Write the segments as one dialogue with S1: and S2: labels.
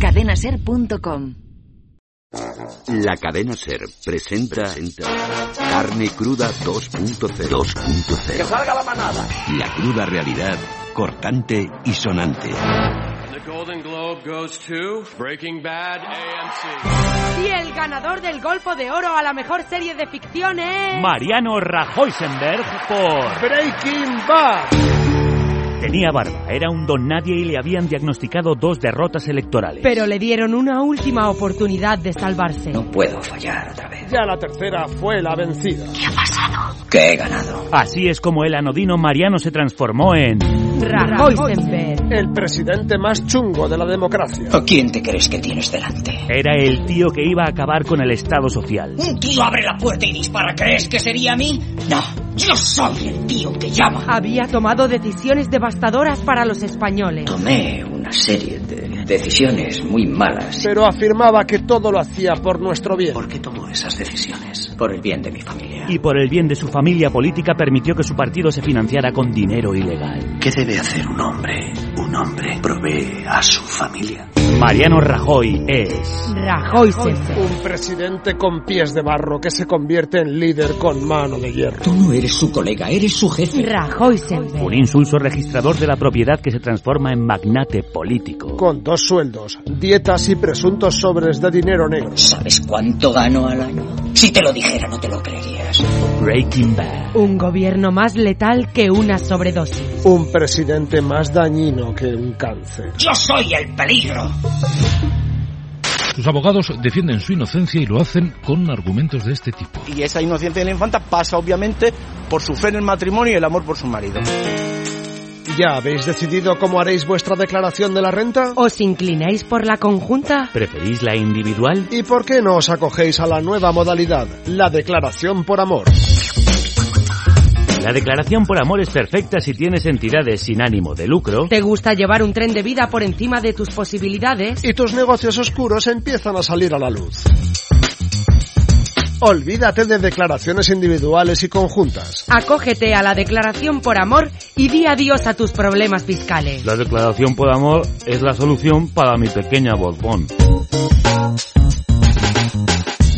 S1: Cadenaser.com.
S2: La cadena Ser presenta Carne Cruda 2.0. 2.0.
S3: ¡Que salga la manada!
S2: La cruda realidad, cortante y sonante.
S4: The Golden Globe goes to Breaking Bad AMC.
S5: Y el ganador del Golfo de Oro a la mejor serie de ficción es...
S6: Mariano Rajoysenberg por
S3: ¡Breaking Bad!
S6: Tenía barba, era un don nadie y le habían diagnosticado dos derrotas electorales.
S5: Pero le dieron una última oportunidad de salvarse.
S7: puedo fallar otra vez.
S3: Ya la tercera fue la vencida.
S7: Que he ganado.
S6: Así es como el anodino Mariano se transformó en...
S5: Rajoysenberg.
S3: El presidente más chungo de la democracia.
S7: ¿A quién te crees que tienes delante?
S6: Era el tío que iba a acabar con el Estado Social.
S7: ¿Un tío abre la puerta y dispara? ¿Crees que sería a mí? No, yo soy el tío que llama.
S5: Había tomado decisiones devastadoras para los españoles.
S7: Tomé una serie de decisiones muy malas.
S3: Pero afirmaba que todo lo hacía por nuestro bien.
S7: ¿Por qué tomó esas decisiones? Por el bien de mi familia.
S6: Y por el bien de su familia política permitió que su partido se financiara con dinero ilegal.
S7: qué debe hacer un hombre? Un hombre provee a su familia.
S6: Mariano Rajoy es...
S5: Rajoysenberg.
S3: Un presidente con pies de barro que se convierte en líder con mano de hierro.
S7: Tú no eres su colega, eres su jefe.
S6: Un
S5: Rajoysenberg.
S6: insulso registrador de la propiedad que se transforma en magnate político.
S3: Con dos sueldos, dietas y presuntos sobres de dinero negro.
S7: ¿Sabes cuánto gano al año? Si te lo dijera no te lo creerías.
S6: Breaking Bad.
S5: Un gobierno más letal que una sobredosis.
S3: Un presidente más dañino que un cáncer.
S7: Yo soy el peligro.
S8: Sus abogados defienden su inocencia y lo hacen con argumentos de este tipo.
S9: Y esa inocencia de la infanta pasa obviamente por su fe en el matrimonio y el amor por su marido.
S3: ¿Ya habéis decidido cómo haréis vuestra declaración de la renta?
S5: ¿Os inclináis por la conjunta?
S6: ¿Preferís la individual?
S3: ¿Y por qué no os acogéis a la nueva modalidad, la declaración por amor?
S6: La declaración por amor es perfecta si tienes entidades sin ánimo de lucro.
S5: ¿Te gusta llevar un tren de vida por encima de tus posibilidades?
S3: Y tus negocios oscuros empiezan a salir a la luz. Olvídate de declaraciones individuales y conjuntas.
S5: Acógete a la declaración por amor y di adiós a tus problemas fiscales.
S6: La declaración por amor es la solución para mi pequeña Borbón.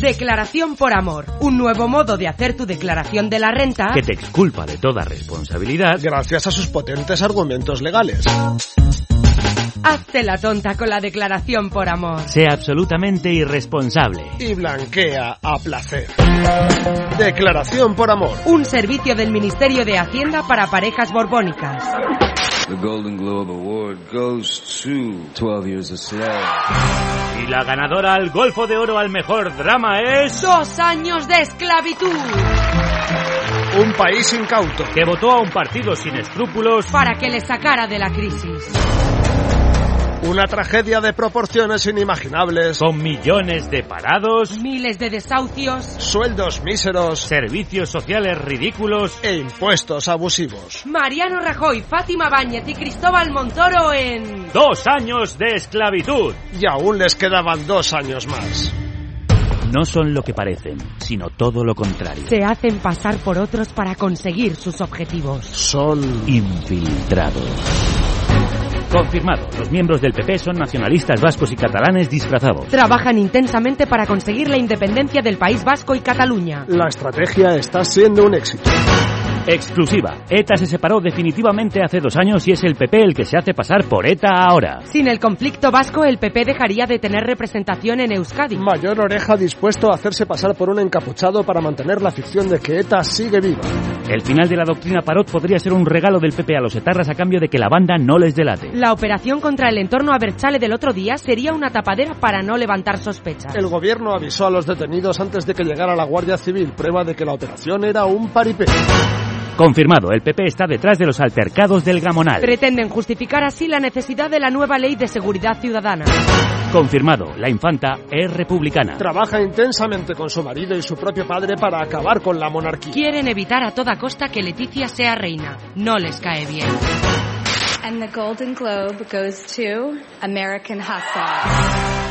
S5: Declaración por amor, un nuevo modo de hacer tu declaración de la renta.
S6: Que te exculpa de toda responsabilidad.
S3: Gracias a sus potentes argumentos legales.
S5: Hazte la tonta con la declaración por amor.
S6: Sea absolutamente irresponsable.
S3: Y blanquea a placer. Declaración por amor.
S5: Un servicio del Ministerio de Hacienda para parejas borbónicas.
S4: The Golden Globe Award goes to 12 Years a Slave.
S6: Y la ganadora al Golfo de Oro al mejor drama es...
S5: Dos años de esclavitud
S3: Un país incauto.
S6: Que votó a un partido sin escrúpulos.
S5: para que le sacara de la crisis.
S3: Una tragedia de proporciones inimaginables.
S6: Con millones de parados.
S5: Miles de desahucios,
S3: Sueldos míseros.
S6: Servicios sociales ridículos.
S3: E impuestos abusivos.
S5: Mariano Rajoy, Fátima Báñez y Cristóbal Montoro en...
S6: Dos años de esclavitud.
S3: Y aún les quedaban dos años más.
S6: No son lo que parecen, sino todo lo contrario.
S5: Se hacen pasar por otros para conseguir sus objetivos.
S3: Son...
S6: Infiltrados. Confirmado, los miembros del PP son nacionalistas vascos y catalanes disfrazados.
S5: Trabajan intensamente para conseguir la independencia del País Vasco y Cataluña.
S3: La estrategia está siendo un éxito.
S6: Exclusiva. ETA se separó definitivamente hace dos años y es el PP el que se hace pasar por ETA ahora.
S5: Sin el conflicto vasco, el PP dejaría de tener representación en Euskadi.
S3: Mayor oreja dispuesto a hacerse pasar por un encapuchado para mantener la ficción de que ETA sigue viva.
S6: El final de la doctrina Parot podría ser un regalo del PP a los etarras a cambio de que la banda no les delate.
S5: La operación contra el entorno Aberchale del otro día sería una tapadera para no levantar sospechas.
S3: El gobierno avisó a los detenidos antes de que llegara la Guardia Civil, prueba de que la operación era un paripé.
S6: Confirmado, el PP está detrás de los altercados del Gamonal.
S5: Pretenden justificar así la necesidad de la nueva ley de seguridad ciudadana.
S6: Confirmado, la infanta es republicana.
S3: Trabaja intensamente con su marido y su propio padre para acabar con la monarquía.
S5: Quieren evitar a toda costa que Leticia sea reina. No les cae bien.
S1: And the Golden Globe goes to American Hustle.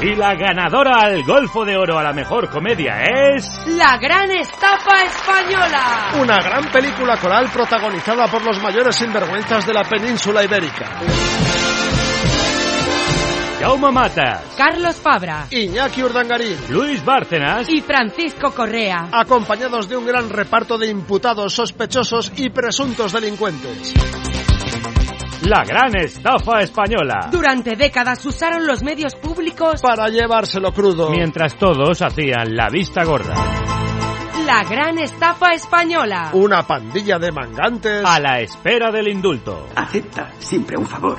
S6: Y la ganadora al Golfo de Oro a la mejor comedia es...
S5: La gran estafa española.
S3: Una gran película coral protagonizada por los mayores sinvergüenzas de la península ibérica.
S6: Jaume Matas,
S5: Carlos Fabra
S3: Iñaki Urdangarín,
S6: Luis Bárcenas
S5: y Francisco Correa.
S3: acompañados de un gran reparto de imputados, sospechosos y presuntos delincuentes.
S6: La gran estafa española.
S5: Durante décadas usaron los medios públicos
S3: Para llevárselo crudo.
S6: Mientras todos hacían la vista gorda
S5: la gran estafa española.
S3: Una pandilla de mangantes.
S6: a la espera del indulto.
S10: Acepta siempre un favor,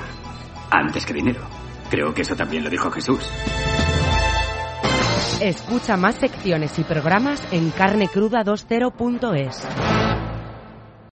S10: antes que dinero. Creo que eso también lo dijo Jesús.
S5: Escucha más secciones y programas en carnecruda20.es.